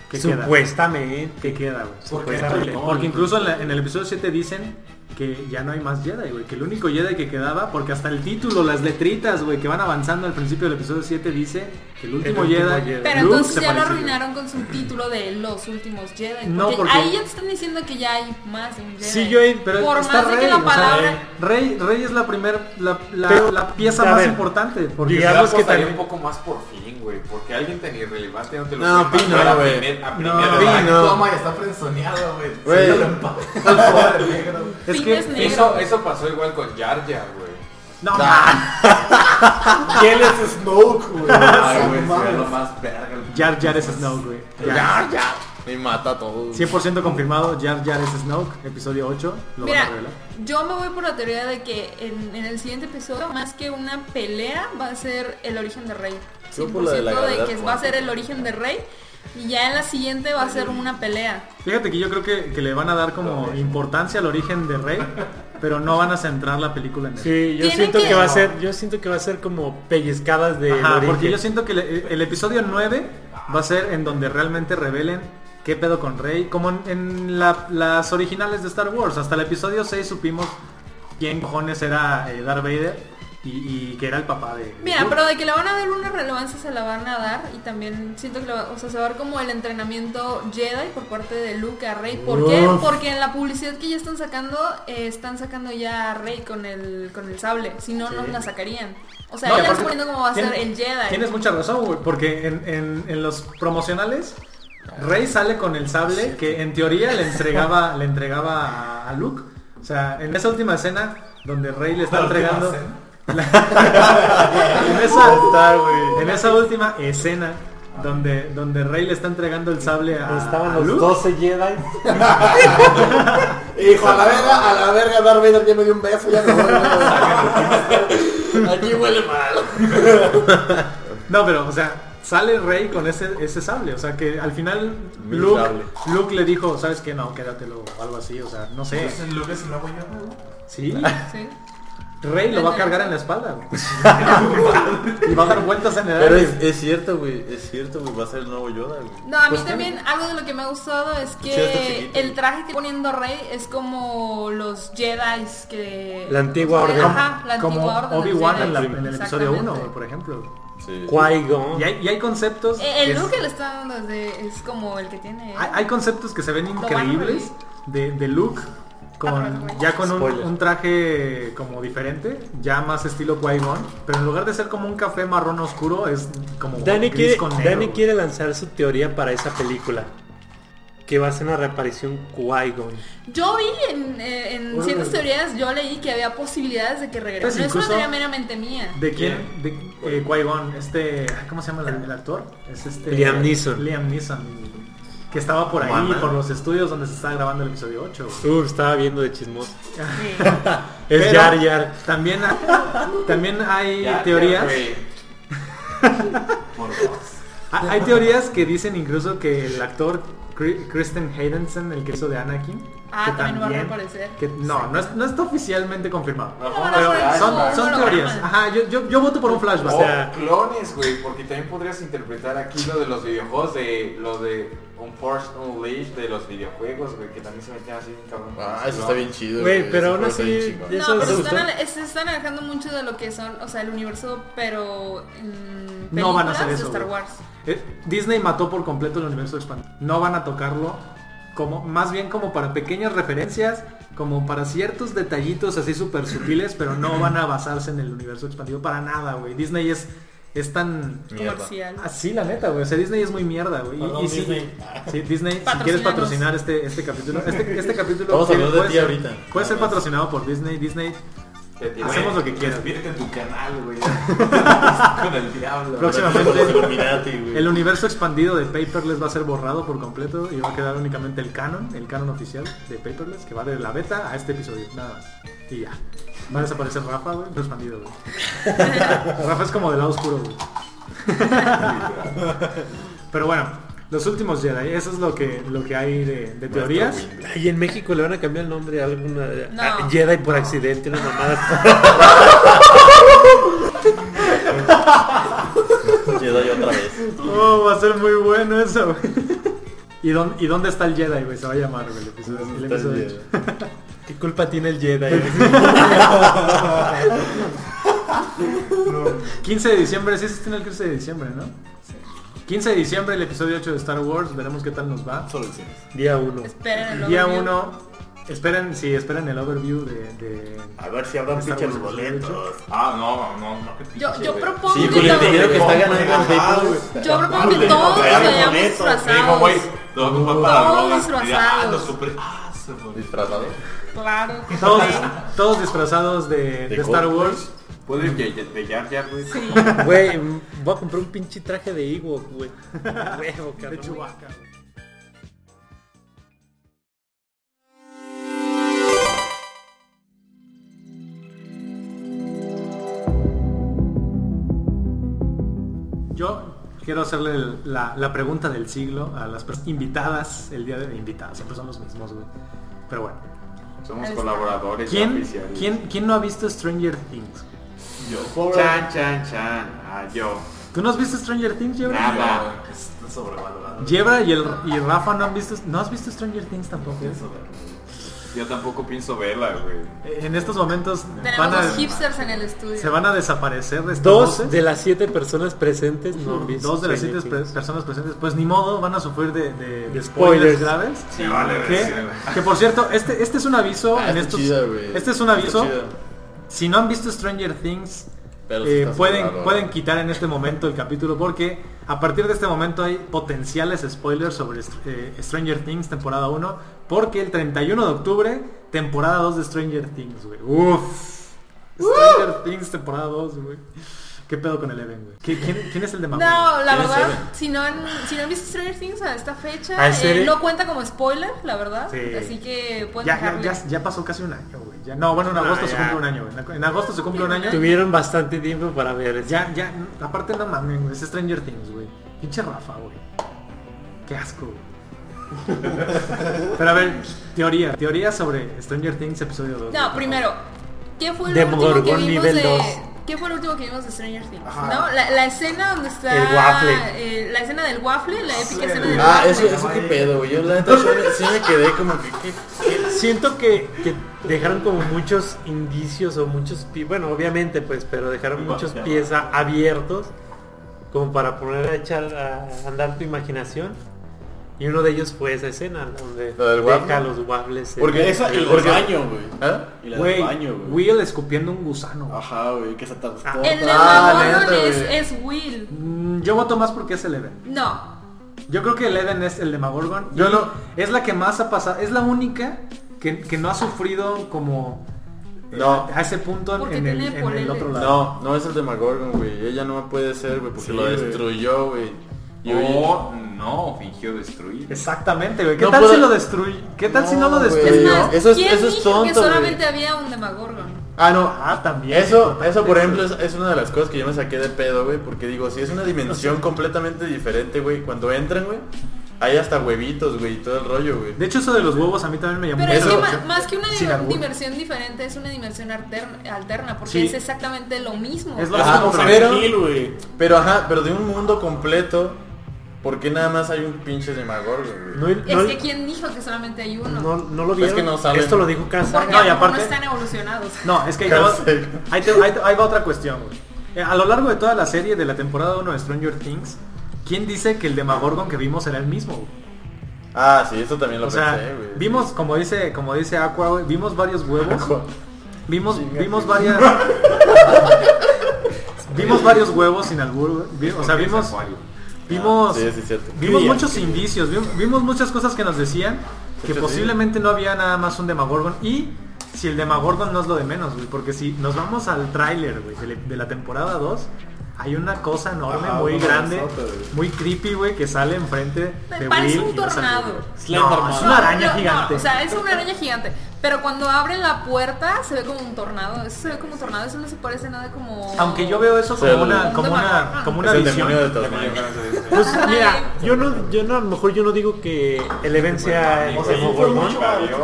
B: Que queda.
E: Supuestamente.
B: Que queda, güey. Pues,
H: ¿Por qué?
B: Supuestamente. Porque incluso en, la- en el episodio 7 dicen que ya no hay más Jedi, güey. Que el único Jedi que quedaba, porque hasta el título, las letritas, güey, que van avanzando al principio del episodio 7 dice que el último,
E: último
B: Jedi.
E: Jedi.
D: Pero
B: Luke
D: entonces
B: se
D: ya lo
B: apareció.
D: arruinaron con su título de Los Últimos Jedi.
B: No,
D: porque
B: porque-
D: ahí ya te están diciendo que ya hay más de un Jedi.
B: Sí, yo ahí, pero
D: Por
B: está
D: más de
B: Rey,
D: que la
B: o sea,
D: palabra...
B: Rey, Rey es la primer, la, la-
E: Pero,
B: la pieza
E: a
B: más
E: ver,
B: importante. Porque
C: Yo
E: digamos Pues que
C: apostaría
E: también...
C: un poco más por fin, güey. Porque alguien tan irrelevante no te lo
A: No,
C: puede
A: Pino,
C: pasar a
A: güey.
C: primer- a
B: No,
C: primera
A: Pino.
C: base.
A: No.
I: Toma, ya está frenzoneado, güey.
A: Güey.
I: Sí, lo empa- al pobre negro.
B: es
D: Fin
B: que-
D: es negro.
C: Eso, eso pasó igual con Jar Jar, güey.
B: No,
E: Ah.
H: ¿Quién es Snoke, güey?
A: Ah,
C: Ay, güey,
H: No
C: fue
H: mames.
C: lo más verga.
B: Jar Jar es Snoke, güey. Jar.
A: Me mata a todos.
B: 100% confirmado, Jar Jar es Snoke, episodio 8. Lo van
D: Mira,
B: a revelar.
D: yo me voy por la teoría de que en, en el siguiente episodio, más que una pelea, va a ser el origen de Rey.
A: Yo por la de la
D: 100% de
A: gravedad
D: que va a
A: cuántica.
D: ser el origen de Rey. Y ya en la siguiente va a ser una pelea.
B: Fíjate que yo creo que, que le van a dar como importancia al origen de Rey, pero no van a centrar la película en eso.
E: Sí, yo
D: Tienen
E: siento que...
D: que-
E: va a ser, yo siento que va a ser como pellizcadas de
B: Ajá,
E: origen.
B: porque yo siento que le- el episodio 9 va a ser en donde realmente revelen qué pedo con Rey, como en, en la- las originales de Star Wars. Hasta el episodio 6 supimos quién cojones era eh, Darth Vader y, y que era el papá de...
D: Mira, pero de que le van a dar una relevancia se la van a dar y también siento que lo va- o sea, se va a ver como el entrenamiento Jedi por parte de Luke a Rey. ¿Por qué? Porque en la publicidad que ya están sacando, eh, están sacando ya a Rey con el, con el sable. Si no, no la sacarían. O sea,
B: No, y
D: ya
B: aparte,
D: están poniendo cómo va a ser
B: tienes-
D: el Jedi.
B: Tienes mucha razón, güey, porque en, en- en los promocionales Rey sale con el sable que en teoría le entregaba le entregaba a- a Luke. O sea, en esa última escena donde Rey le está entregando en esa en esa última escena donde donde Rey le está entregando el sable a,
E: Estaban
B: a
E: los
B: Luke.
E: 12 Jedi.
H: Hijo, a la verga, a la verga, Darth Vader ya me dio un beso, ya me voy, güey. Aquí huele mal.
B: No, pero, o sea, sale Rey con ese, ese sable. O sea, que al final
A: Mi
B: Luke,
A: sable.
B: Luke le dijo, ¿sabes qué? No, quédatelo o algo así. O sea, no sé.
I: Entonces, Luke es el nuevo yo,
B: Sí,
D: Sí.
B: Rey lo va a cargar en la espalda. güey. y va a dar vueltas en el
A: Pero
B: aire.
A: es, es cierto, güey. Es cierto, güey. Va a ser el nuevo Yoda, güey.
D: No, a mí
B: Pues
D: también algo de lo que me ha gustado es
A: Sí, está
D: que
A: chiquito.
D: el traje que está poniendo Rey es como los Jedi que...
E: La antigua orden.
D: Ajá, la
B: Como
D: antigua orden. de los
B: Obi-Wan
D: Jedi.
B: en, la- en el episodio 1,
D: Exactamente.
B: por ejemplo.
A: Sí.
E: Qui-Gon.
B: Y hay, y hay conceptos...
D: Eh,
B: que
D: El
B: es-
D: look que le están dando desde- es como el que tiene. ¿eh?
B: hay, hay conceptos que se ven
D: van a
B: increíbles de, de Luke.
D: Ah,
B: Con,
D: bueno.
B: ya con un,
E: Spoiler.
B: un traje como diferente, ya más estilo Qui-Gon, pero en lugar de ser como un café marrón oscuro, es como
E: Dani,
B: gris
E: quiere,
B: con negro,
E: Dani
B: güey.
E: quiere lanzar su teoría para esa película. Que va a ser una reaparición Qui-Gon.
D: Yo vi en, eh, en ciertas teorías, yo leí que había posibilidades de que
B: Pues
D: regresara. No es una
B: incluso-
D: teoría meramente mía.
B: ¿De quién? De eh, Qui-Gon, este... ay, ¿Cómo se llama el, el actor? Es este...
E: Liam Neeson.
B: Liam Neeson. Que estaba por ahí, por los estudios donde se estaba grabando el episodio 8. güey.
E: Uh, estaba viendo de chismoso.
D: Sí.
E: Es
B: Pero
E: Jar Jar.
B: También, también hay
C: Jar Jar,
B: teorías...
C: güey. Por dos.
B: Ah, Hay teorías que dicen incluso que el actor Cri- Kristen Haydensen, el que hizo de Anakin,
D: Ah,
B: que
D: también va a reaparecer.
B: que- no, no, es- no está oficialmente confirmado.
C: No,
D: van a
B: Pero
D: poner
B: son,
D: como
B: son
D: un
B: teorías.
D: holograma.
B: Ajá, yo, yo, yo voto por un flashback.
E: Oh.
C: O
B: O sea,
C: clones, güey, porque también podrías interpretar aquí lo de los videojuegos, de lo de un Force Unleashed de los videojuegos, güey, que también se metían así bien cabrón.
A: Ah, eso está bien chido,
E: Güey,
A: güey.
E: pero
A: Ese
E: aún
A: juego está
E: así-
A: bien chingón.
E: ya-
D: No,
E: Eso
D: pero
E: me
D: se
E: gustó.
D: están, ale- se están alejando mucho de lo que son, o sea, el universo, pero. mm,
B: No van a hacer
D: películas de
B: eso,
D: Star
B: güey.
D: Wars.
B: eh, Disney mató por completo el universo expandido. No van a tocarlo como, más bien como para pequeñas referencias, como para ciertos detallitos así súper sutiles, pero no van a basarse en el universo expandido para nada, güey. Disney es, es tan
A: Mierda.
D: Comercial.
B: Así la neta, güey. O sea, Disney es muy mierda, güey. Y-
H: Perdón,
B: y sí,
H: Disney.
B: sí, Disney, si
D: Patrocínanos.
B: quieres patrocinar este, este capítulo, este, este capítulo
A: Vamos a
B: puede-
A: hablar de
B: puede
A: ti
B: ser-
A: ahorita.
B: Puede ser patrocinado por Disney. Disney,
C: Te tiró-
B: hacemos lo que quieras.
C: Despídete en tu canal, güey. Con el diablo.
A: Con los
B: Próximamente,
A: Illuminati, güey.
B: el universo expandido de Paperless va a ser borrado por completo y va a quedar únicamente el canon, el canon oficial de Paperless, que va de la beta a este episodio. Nada más. Y ya. Va a desaparecer Rafa, güey. Lo expandido, güey. Rafa es como del lado oscuro, güey. Pero bueno, los últimos Jedi. Eso es lo que, lo que hay de, de teorías.
E: Y en México le van a cambiar el nombre a alguna
D: No.
E: a Jedi por accidente, una mamada.
A: Jedi otra vez.
B: Oh, va a ser muy bueno eso, güey. ¿Y, dónde, ¿Y dónde está el Jedi, güey? Se va a llamar, güey, el episodio. el episodio ocho.
E: ¿Qué culpa tiene el Jedi?
B: 15 de diciembre, sí se estrena el 15 de diciembre, ¿no? 15 de diciembre, el episodio 8 de Star Wars, veremos qué tal nos va.
C: Solo el cine.
E: Día 1.
D: Esperen el
B: Día
D: overview.
B: 1, esperen, sí, esperen el overview de... de-
I: A ver si habrán
B: Star
I: pinche los
B: Wars.
I: boletos.
C: Ah, no, no, no. qué
D: Yo,
C: pinche,
D: yo
C: güey.
D: propongo
E: Sí,
D: que
E: con el dinero que
D: todos-
E: está ganando
I: Ajá,
E: Facebook.
I: güey.
D: Yo propongo que
I: Aparte,
D: todos
I: comprar el
D: vayamos
I: boleto.
C: Me dijo, güey,
D: disfrazados.
C: lo ocupar para
D: Todos
C: drogas. Y ya, ah,
D: disfrazados.
C: lo super... Ah, se fue.
A: Disfrazado.
D: Claro. que
B: Todos,
D: sí.
B: todos disfrazados de, de Star Wars.
F: Puedo ir de- de de Jar Jar, güey.
E: Güey, mm, voy a comprar un pinche traje de Ewok, güey. Huevo, cabrón.
B: Yo quiero hacerle el- la, la pregunta del siglo a las pers- invitadas el día de invitadas. Siempre son los mismos, güey. Pero bueno.
F: Somos
D: Ahí está.
F: colaboradores
B: ¿Quién,
F: oficiales.
B: quién, quién no ha visto Stranger Things?
F: Chan, chan, chan. Ah, yo.
B: ¿Tú no has visto Stranger Things, Yebra?
F: Nada.
I: Está sobrevalorado.
B: Yebra y, el, y Rafa no han visto... ¿No has visto Stranger Things tampoco?
F: Yo tampoco pienso verla, güey.
B: En estos momentos
D: Tenemos
B: van a-
D: dos hipsters en el estudio.
B: se van a desaparecer de estas voces.
E: Dos de las siete personas presentes no han visto
B: Dos de las siete
E: Stranger
B: pres-
E: Things.
B: personas presentes, pues ni modo, van a sufrir de, de- de spoilers
E: Spoilers.
B: graves.
F: Sí, vale,
B: Que, que, por cierto, este, este es un aviso.
A: Ah,
B: en
A: está
B: estos,
A: chida, güey.
B: este es un
A: Está
B: aviso.
A: chida.
B: Si no han visto Stranger Things,
A: Pero
B: eh,
A: sí está
B: pueden,
A: sobrevalorado.
B: pueden quitar en este momento el capítulo porque a partir de este momento hay potenciales spoilers sobre eh, Stranger Things temporada 1 porque el 31 de octubre temporada 2 de Stranger Things, güey. Uf. Stranger Things temporada 2, güey. ¿Qué pedo con el Eleven, güey? ¿Qui- ¿Quién, quién es el de mamá?
D: No, la
A: ¿Quién es
D: verdad,
A: Evan?
D: si no, han, si no han visto Stranger Things a esta fecha,
E: Ah, ¿en
D: eh,
E: serio?
D: no cuenta como spoiler, la verdad.
B: Sí.
D: Así que pueden
B: Ya, ya,
D: dejarle.
B: ya, ya pasó casi un año, güey. Ya- No, bueno,
A: Ah,
B: en agosto se
E: ya.
B: cumple un año, güey. En agosto se cumple un año.
E: Tuvieron bastante tiempo para ver eso.
B: Ya, ya, aparte no mames, güey, es Stranger Things, güey. Pinche Rafa, güey. Qué asco, güey. Pero a ver, teoría, teoría sobre Stranger Things episodio 2.
D: No, primero, ¿qué fue el
E: De
D: último que
E: Morgón
D: vimos
E: nivel
D: de
E: dos.
D: ¿Qué fue el último que vimos de Stranger Things?
I: Ajá.
D: ¿No? La, la escena donde está
E: El waffle.
D: eh, la escena del waffle, la épica escena del
A: Ah,
D: waffle.
A: eso, eso qué pedo, güey. Yo la neta sí me- sí me quedé como que qué
E: Siento que, que dejaron como muchos indicios o muchos... pi- Bueno, obviamente pues, pero dejaron muchos pies a- abiertos como para poner a echar a andar tu imaginación. Y uno de ellos fue esa escena donde
A: ¿La del
E: deja
A: waffle?
E: los waffles. en-
I: Porque esa y el
A: Porque-
I: baño, güey.
A: ¿Ah?
I: Y la
B: Güey,
I: del baño, güey.
B: Will escupiendo un gusano. güey.
I: Ajá, güey, que se te gustó.
D: El del
A: Ah,
D: dragón
A: neta,
D: es,
A: güey.
D: es Will.
B: Mm,
A: Ah.
B: Yo voto más porque es el Eleven.
D: No.
B: Yo creo que el Eleven es el de Magorgon.
A: Yo no-
B: Es la que más ha pasado, es la única que, que no ha sufrido como...
A: No.
B: A ese punto
D: Porque
B: en el,
D: tiene
B: en el
D: poleles.
B: otro lado.
A: No, no es el Demagorgon, güey. Ella no puede ser, güey, porque
I: Sí,
A: lo
I: güey.
A: destruyó, güey.
B: Oh,
A: Y oye-
F: O no, fingió destruir.
B: Exactamente, güey. ¿Qué
A: No
B: tal
A: puedo-
B: si lo destruye? ¿Qué tal si no lo
A: No, güey.
B: destruye?
D: Es
A: Pero
D: más,
A: eso es-
D: ¿quién
A: eso es
D: dijo que
A: tonto, güey.
D: solamente había un Demagorgon?
A: Ah, no.
B: Ah, también.
A: Eso, eso por ejemplo es, es una de las cosas que yo me saqué de pedo, güey, porque digo, si es una dimensión completamente diferente, güey, cuando entran, güey, hay hasta huevitos, güey, y todo el rollo, güey.
B: De hecho, eso de los huevos a mí también me llamó
D: Pero
B: mucho
D: es
A: Eso-
D: que
B: la
D: ma- más,
B: atención.
D: que una
B: Sin
D: diver-
B: albur.
D: diversión diferente, es una dimensión alterna, alterna porque
B: Sí.
D: es exactamente lo mismo.
B: Es lo
A: Ajá,
B: mismo,
A: pero-
B: pero-
I: Gil, güey.
A: Pero ajá, pero de un mundo completo, ¿por qué nada más hay un pinche Demagorgon,
E: No,
A: güey?
D: Es
E: no-
D: que quién dijo que solamente hay uno.
E: no- no lo
A: Pues es
E: vieron.
A: que no saben.
E: Esto lo dijo Kazan.
D: porque
B: no, y
D: aún
B: aparte-
D: no están evolucionados.
B: No, es que ahí, te va, ahí te- ahí te- ahí va otra cuestión, güey. Eh, A lo largo de toda la serie de la temporada 1 de Stranger Things, ¿quién dice que el Demagorgon que vimos era el mismo? güey?
A: Ah, sí, eso también lo
B: O sea,
A: pensé, güey.
B: vimos, como dice, como dice Aqua, güey, vimos varios huevos. Vimos, vimos varias. vimos varios huevos sin albur, güey. Vi- O sea,
F: Porque es
B: vimos.
F: acuario.
B: Vimos.
A: Ah, Sí, sí, es cierto.
B: Vimos
A: Sí,
B: muchos indicios, vi- vimos, muchas cosas que nos decían que
A: Muchas
B: posiblemente no había nada más un Demagorgon y si el Demagorgon no es lo de menos, güey, porque si nos vamos al tráiler, güey, de, la- de la temporada 2, hay una cosa enorme,
I: Ajá,
B: muy
I: una
B: grande,
I: lanzota, güey.
B: muy creepy, güey, que sale enfrente
D: Me
B: de
D: parece
B: Will
D: un
B: y no sale,
D: tornado.
B: güey. No,
E: Slenderman.
B: es una araña
D: no, no,
B: gigante.
D: o sea, es una araña gigante. Pero cuando abren la puerta se ve como un tornado. Eso se ve como un tornado. Eso no se parece nada como.
B: Aunque yo veo eso
A: Es
B: como
A: el-
B: una como una como
A: es
B: una
A: el
B: visión.
A: demonio de Tasmania.
E: Pues, mira, yo no, yo no, a lo mejor yo no digo que el evento sea el
I: O sea, fue
E: Demogorgon,
I: mucho,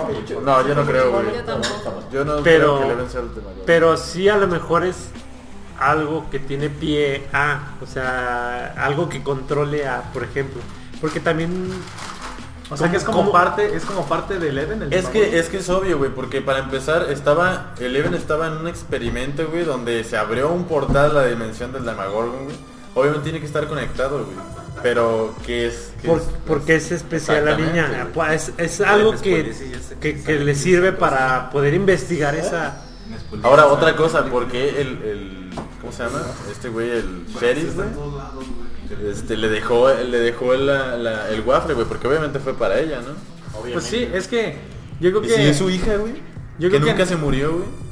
I: güey. Mucho.
A: No, yo no creo, güey.
D: Yo tampoco.
A: Yo no
E: Pero-
A: creo que le vence al Demagorgon.
E: pero sí a lo mejor es algo que tiene pie a, o sea, algo que controle a, por ejemplo, porque también
B: O sea que es como
A: ¿Cómo?
B: parte, es como parte del Eleven el
A: Es
B: Papá
A: que,
B: Noel.
A: es que es obvio, güey, porque para empezar, estaba, Eleven estaba en un experimento, güey, donde se abrió un portal a la dimensión del Damagorgon, güey. Obviamente tiene que estar conectado, güey. Pero, ¿qué es? ¿Qué
E: Por-
A: es?
E: porque es especial la
A: Exactamente,
E: niña.
A: güey.
E: Pues, Es, es algo que, que, que le sirve para poder investigar
A: ¿Eh?
E: esa...
A: Ahora, otra cosa, porque el, el- ¿Cómo se llama? Este güey, el sheriff, güey. Este, le dejó, le dejó la- la- el waffle, güey, porque obviamente fue para ella, ¿no? Obviamente.
B: Pues sí, es que yo creo
A: Y
B: que...
A: si es su hija, güey.
B: Yo
A: que
B: creo que-
A: nunca se murió, güey.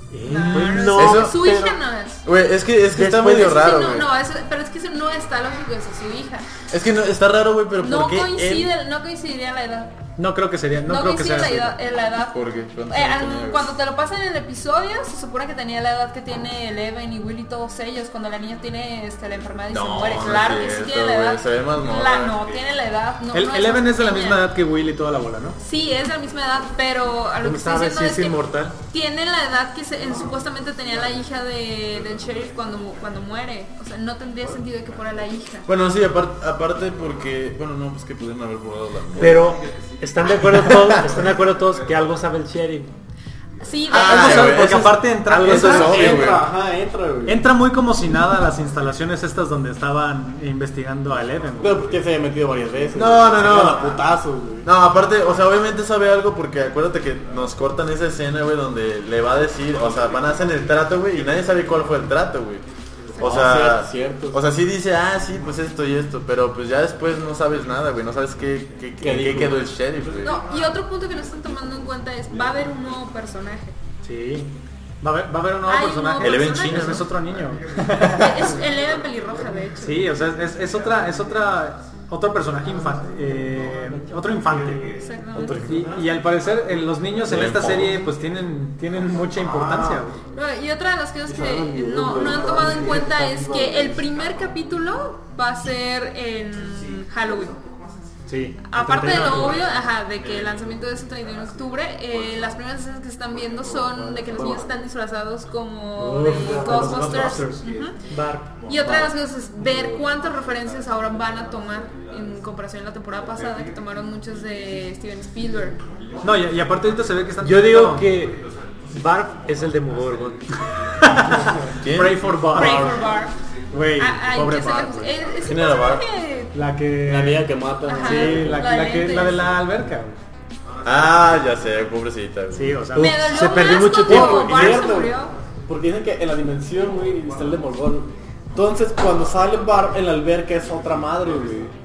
B: Pues
D: No,
A: eso-
D: su
A: pero-
D: hija no es.
A: Güey, es que, es que está
E: Después-
A: medio
D: Eso sí,
A: raro,
D: no,
A: güey.
D: no, eso- pero es que eso no está lógico eso, su hija.
A: Es que no, está raro, güey, pero
D: No
A: ¿por qué él?
D: coincide, no coincidiría la edad.
B: No creo que sería, no,
D: No,
B: creo que sea
D: coincide la
B: así.
D: edad. eh, la edad.
A: Porque
D: Eh, al- cuando te lo pasan en el episodio, se supone que tenía la edad que tiene Eleven y Will y todos ellos, cuando la niña tiene este, la enfermedad y se
A: No,
D: muere.
A: no es
D: Claro que sí
A: cierto,
D: tiene la
A: güey,
D: edad.
A: se ve más morra.
D: La no, tiene la edad. No,
B: El
D: no
B: Eleven
D: más
B: es de la
D: pequeña.
B: misma edad que Will y toda la bola, ¿no?
D: Sí, es de la misma edad, pero a lo que estoy
E: ¿Sabes
D: diciendo
E: si
D: es,
E: es
D: que
E: inmortal?
D: tiene la edad que se- en- supuestamente tenía la hija de, del sheriff cuando, mu- cuando muere. O sea, no tendría sentido que fuera la hija.
A: Bueno, sí, aparte, aparte porque... Bueno, no, pues que pudieron haber borrado la mujer.
E: Pero están de acuerdo todos, están de acuerdo todos que algo sabe el sheriff.
D: Sí, de
A: Ah,
D: hecho,
B: Algo sabe,
A: güey,
B: porque
A: eso es-
B: aparte entra,
A: algo eso
B: entra,
A: es obvio, güey.
I: Ajá, entra, güey.
B: entra muy como si nada a las instalaciones estas donde estaban investigando a Eleven. güey.
I: Pero porque se había metido varias veces.
A: No, no, no.
I: Se dio putazo, güey.
A: No, aparte, o sea, obviamente sabe algo porque acuérdate que nos cortan esa escena, güey, donde le va a decir, o sea, van a hacer el trato, güey, y nadie sabe cuál fue el trato, güey. O
I: No,
A: sea,
I: cierto, cierto.
A: o sea, sí dice, ah, sí, pues esto y esto, pero pues ya después no sabes nada, güey, no sabes qué, qué,
I: ¿Qué
A: en qué
I: dijo?
A: quedó el sheriff, güey.
D: no, y otro punto que no están tomando en cuenta es, va a haber un nuevo personaje.
B: Sí. Va a haber, va a haber un nuevo
D: Hay un
B: personaje.
D: nuevo
A: Eleven
D: personaje.
B: Ese es otro niño.
D: pues, Es Eleven pelirroja, de hecho.
B: Sí, o sea, es, es otra, es otra, otro personaje infante, eh, otro infante.
D: Exactamente.
B: Y, y al parecer eh, los niños en esta serie pues tienen, tienen mucha importancia. güey.
D: No, Y otra de las cosas que no, no han tomado en cuenta es que el primer capítulo va a ser en Halloween.
B: Sí.
D: Aparte de lo obvio, ajá, de que el lanzamiento es el 31 de octubre, eh, las primeras escenas que se están viendo son de que los niños están disfrazados como de Ghostbusters. Ujú. Y otra de las cosas es ver cuántas referencias ahora van a tomar en comparación a la temporada pasada que tomaron muchas de Steven Spielberg.
B: No, y, y aparte ahorita se ve que están...
E: Yo digo
B: no,
E: que Barb es el Demogorgon.
A: ¿Quién?
B: Pray for Bob.
D: Pray for Bar.
B: Güey,
D: Ah, ay,
B: pobre
D: que se le-
B: Barb. güey.
D: es- es
A: ¿Quién era
D: un
A: Barb?
D: personaje-
B: La que...
I: La niña que mata.
D: Ajá.
B: Sí, la,
D: La de
B: la que, la de
D: lentes.
B: la alberca. güey.
A: Ah, ya sé, pobrecita, güey.
B: Sí, o sea...
D: Me dolió
E: se perdió
D: más
E: mucho
D: cuando
I: tiempo.
D: Bart se
I: Cierto.
D: murió.
I: Porque dicen que en la dimensión, güey, está el Demogorgon. Entonces, cuando sale Bar en la alberca es otra madre, güey.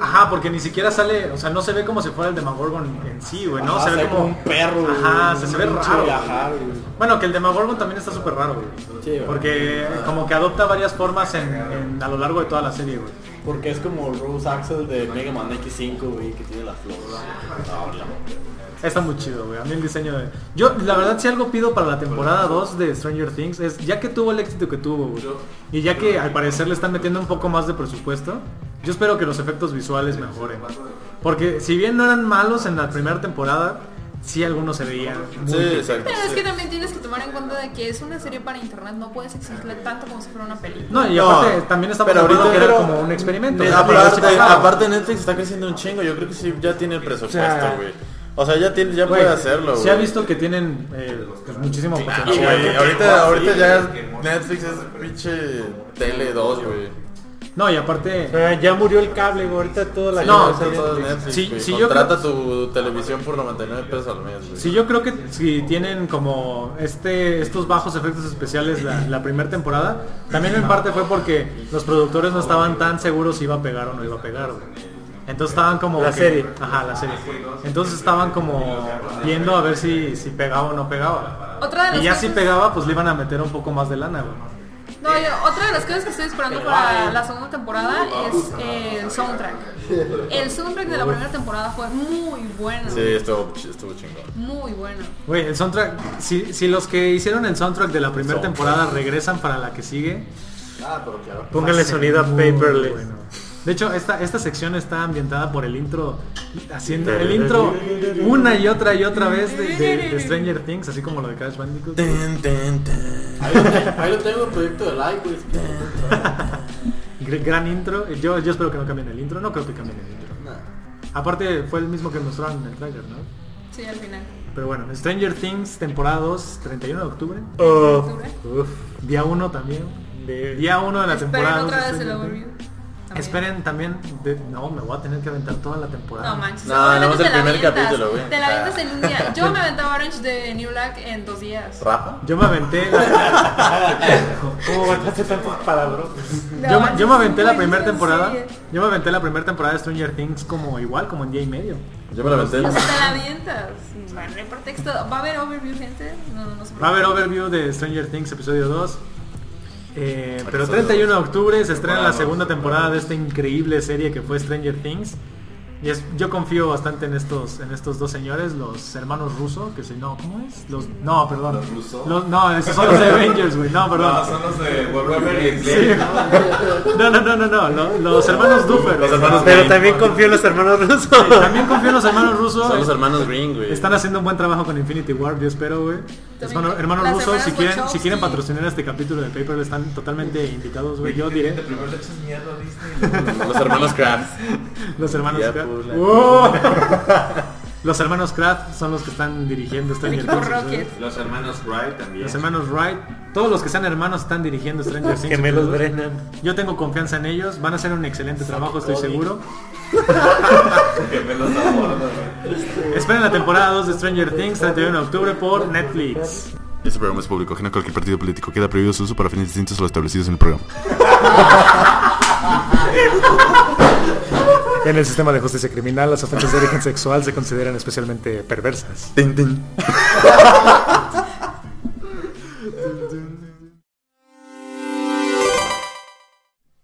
B: Ajá, porque ni siquiera sale, o sea, no se ve como si fuera el Demogorgon en sí, güey, ¿no?
I: Ajá,
B: se ve como
I: un perro, güey.
B: Ajá, se, se ve
I: Un
B: raro.
I: pinche
B: güey.
I: Ajá, güey.
B: Bueno, que el Demogorgon también está súper raro, güey.
I: Sí, güey. Ah.
B: Porque como que adopta varias formas en, en- a lo largo de toda la serie, güey.
I: Porque es como Rose Axel de Mega Man X5, güey, que tiene la Ah, flor. Ahora.
B: Está muy chido, güey. A mí el diseño de... Yo, la verdad, si algo pido para la temporada 2 de Stranger Things es, ya que tuvo el éxito que tuvo, güey, y ya que al parecer le están metiendo un poco más de presupuesto, yo espero que los efectos visuales mejoren. Porque si bien no eran malos en la primera temporada, sí algunos se veían. muy
A: Sí,
B: bien.
A: exacto.
D: Pero es que también tienes que tomar en cuenta de que es una serie para internet, no puedes exigirle tanto como si fuera una película.
B: No, y
A: No,
B: aparte también estamos
A: pero
B: hablando
A: ahorita-
B: que era
A: pero-
B: como un experimento.
A: Net-
B: ¿no?
A: aparte,
B: Sí, claro.
A: aparte Netflix está creciendo un chingo, yo creo que sí ya tiene el presupuesto,
E: sea,
A: güey. O sea, ya tiene, ya puede
B: Güey,
A: hacerlo, güey.
B: Se ha visto que tienen eh, pues, muchísimo
A: Ah,
B: potencial.
A: güey, ahorita, ahorita ya Netflix es pinche Tele 2, güey.
B: No, y aparte...
E: O sea, ya murió el cable, güey, ahorita toda la
A: Sí,
B: No,
A: está
E: gente-
A: todo en Netflix,
B: sí,
A: güey.
B: sí, yo
A: Contrata tu televisión por 99 pesos al mes, güey.
B: Sí, yo creo que si tienen como este estos bajos efectos especiales la, la primera temporada, también en parte fue porque los productores no estaban tan seguros si iba a pegar o no iba a pegar. güey. Entonces estaban como...
E: La
B: que-
E: serie.
B: Ajá, la serie. Entonces estaban como viendo a ver si, si pegaba o no pegaba.
D: Otra de las
B: Y ya
D: cosas,
B: si pegaba, pues le iban a meter un poco más de lana, güey.
D: No, yo- otra de las cosas que estoy esperando para la segunda temporada es eh, el soundtrack. El soundtrack de la primera temporada fue muy bueno.
A: Sí, estuvo, ch- estuvo chingón.
D: Muy bueno.
B: Güey, el soundtrack, si, si los que hicieron el soundtrack de la primera
A: Soundtrack.
B: temporada regresan para la que sigue,
E: Póngale sonido a
B: muy
E: Paperless.
B: bueno. De hecho, esta, esta sección está ambientada por el intro, haciendo el intro una y otra y otra vez de, de- de Stranger Things, así como lo de Crash Bandicoot.
A: Ten, ten, ten.
I: Ahí lo tengo, ahí lo tengo, el proyecto de like, güey.
B: Gr- Gran intro. Yo, yo espero que no cambien el intro, no creo que cambien el intro. Aparte fue el mismo que mostraron en el trailer, ¿no?
D: Sí, al final.
B: Pero bueno, Stranger Things, temporada 2, 31 de octubre. Oh.
D: Octubre.
E: Uf,
B: Día 1 también.
E: de-
B: Día 1 de la temporada
D: Esperen
B: dos de
D: otra vez se
B: Stranger
D: lo
B: Things.
D: volvió.
B: Esperen también. de- No, me voy a tener que aventar toda la temporada.
D: No manches.
A: No, nada más el
D: obviamente te la
A: primer
D: avientas.
A: capítulo, güey.
D: Te la avientas
A: Ah.
D: en un día. Yo me aventaba Orange de New Black en dos días.
A: ¿Rafa?
B: Yo me aventé la,
E: ¿Cómo mataste tantos palabras?
B: yo, me- yo me aventé la
D: Buenísima
B: primera temporada.
D: serie.
B: Yo me aventé la primera temporada de Stranger Things como igual, como en día y medio.
A: Yo me la aventé el...
D: O sea, te la avientas. Va a haber pretexto. ¿Va a haber overview, gente? No, no, no se
B: Va a haber
D: preocupen.
B: overview de Stranger Things episodio 2. Eh, pero 31 de octubre se estrena la segunda temporada de esta increíble serie que fue Stranger Things. Y es- yo confío bastante en estos, en estos dos señores, los hermanos rusos, que se no, ¿cómo es? Los, no, perdón.
C: ¿Los Russo?
B: Los- no, esos son los de Avengers, güey. No, perdón.
C: No, son los de Weber y
B: Sí.
C: Glenn.
B: No, no, no, no, no. Los, los hermanos Duffer. güey.
E: Pero también confío en los hermanos
B: Sí,
E: rusos.
B: también confío en los hermanos rusos.
A: Son los hermanos Green, güey.
B: Están haciendo un buen trabajo con Infinity War, yo espero, güey.
D: También
B: Hermano- hermanos
D: las
B: rusos, si
D: hermanas
B: quieren, si
D: Wachowski.
B: quieren patrocinar este capítulo de Paper, están totalmente invitados, güey. Yo diré
C: De primero le echas mierda a Disney.
A: Los hermanos Kraft.
B: los hermanos
A: Ya,
B: Kraft.
A: pues, la-
B: ¡Oh! Los hermanos Kraft son los que están dirigiendo
D: El
B: Stranger
D: equipo
B: Things.
D: Rocket.
B: güey.
F: Los hermanos Wright también.
B: Los hermanos Wright, todos los que sean hermanos están dirigiendo Stranger Things.
E: Gemelos Brennan.
B: Yo tengo confianza en ellos, van a hacer un excelente trabajo, estoy
I: Cody.
B: seguro.
C: Que me los aborda, güey.
B: Esperen la temporada 2 de Stranger Things, 31 de octubre por Netflix.
J: Este programa es público, ajeno a cualquier partido político. Queda prohibido su uso para fines distintos a los establecidos en el programa.
K: En el sistema de justicia criminal, las ofensas de origen sexual se consideran especialmente perversas.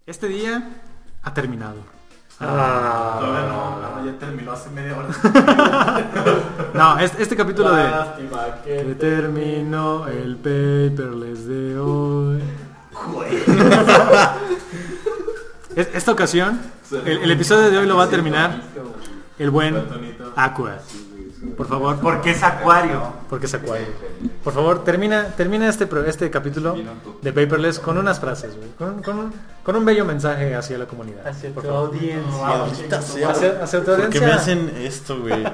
B: Este día ha terminado.
E: Ah,
A: No, ya terminó hace media hora.
B: No, es- este capítulo de...
A: Ah.
I: Lástima que
B: Que terminó el paperless de hoy. Es- Esta ocasión, el, el episodio de hoy lo va a terminar el buen Aqua. Por favor,
E: porque es acuario.
B: porque es Aquario. Por favor, termina, termina este, pro- este capítulo de Paperless con unas frases, güey, con, con un, con un bello mensaje hacia la comunidad.
E: Hacia
B: por
E: tu
B: favor.
E: audiencia.
B: Hacia, hacia tu
A: ¿Por qué me
B: audiencia.
A: hacen esto, güey?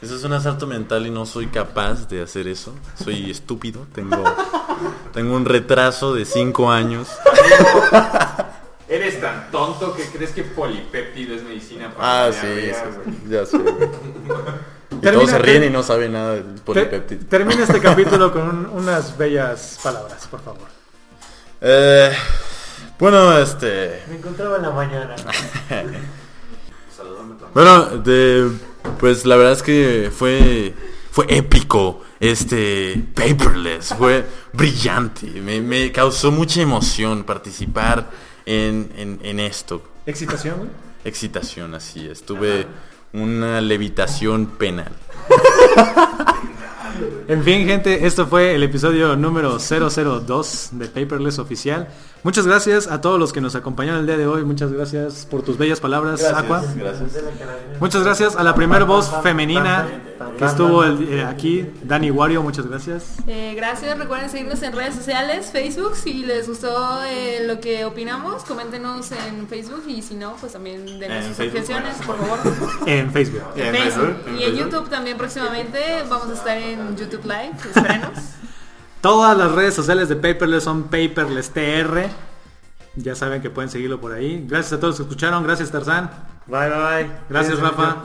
A: Eso es un asalto mental y no soy capaz de hacer eso. Soy estúpido. Tengo, tengo un retraso de 5 años.
F: Eres tan tonto que crees que polipéptido es medicina para
A: Ah,
F: la
A: sí,
F: diarrea,
A: sí,
F: güey.
A: ya sé. güey. Y
B: Termina-
A: todos se ríen y no saben nada del
B: Te-
A: polipeptido.
B: termina este capítulo con un- unas bellas palabras, por favor.
A: Eh, bueno, este.
E: Me encontraba en la mañana.
J: Bueno, de- pues la verdad es que fue, fue épico este Paperless, fue brillante, me, me causó mucha emoción participar en, en- en esto,
B: Excitación, güey.
J: excitación así, estuve una levitación penal.
B: En fin, gente, esto fue el episodio número 002 de Paperless Oficial. Muchas gracias a todos los que nos acompañaron el día de hoy. Muchas gracias por tus bellas palabras, Aqua. Muchas gracias a la primer voz femenina que estuvo el- eh, aquí, Dani Wario. Muchas gracias.
D: Eh, gracias, recuerden seguirnos en redes sociales, Facebook, si les gustó eh, lo que opinamos, coméntenos en Facebook y si no, pues también
A: En
D: denos sus
A: Facebook,
D: objeciones, por favor.
B: En Facebook.
D: En Facebook. Y en YouTube también próximamente vamos a estar en YouTube Live, espérenos.
B: Todas las redes sociales de Paperless son Paperless TR. Ya saben que pueden seguirlo por ahí. Gracias a todos los que escucharon. Gracias, Tarzán.
E: Bye, bye, bye.
B: Gracias, Rafa.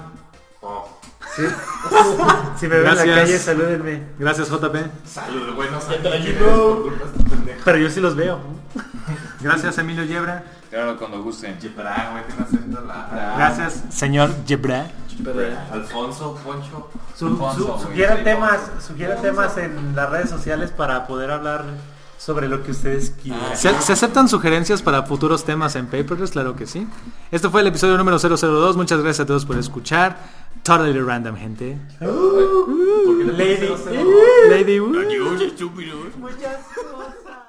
B: Oh.
E: Sí. Si me ven en la
B: Gracias.
E: calle, salúdenme.
B: Gracias, JP.
C: Salud, güey, no sé quién eres por culpa de este pendejo.
E: Pero yo sí los veo.
B: Gracias, Emilio Yebra.
F: Claro, cuando gusten. Para, güey, tiene acento la...
B: Gracias, señor Yebra.
C: Alfonso, Poncho.
E: Su- su-
C: Alfonso,
E: sugieran
C: güey,
E: temas, sugieran temas en las redes sociales para poder hablar sobre lo que ustedes quieran.
B: ¿Se, se aceptan sugerencias para futuros temas en Paperless? Claro que sí. Este fue el episodio número 002. Muchas gracias a todos por escuchar. Totally random, gente.
C: ¿Por qué le
E: Lady.
C: pones cero, cero?
B: Lady Wu.
E: Muchas cosas.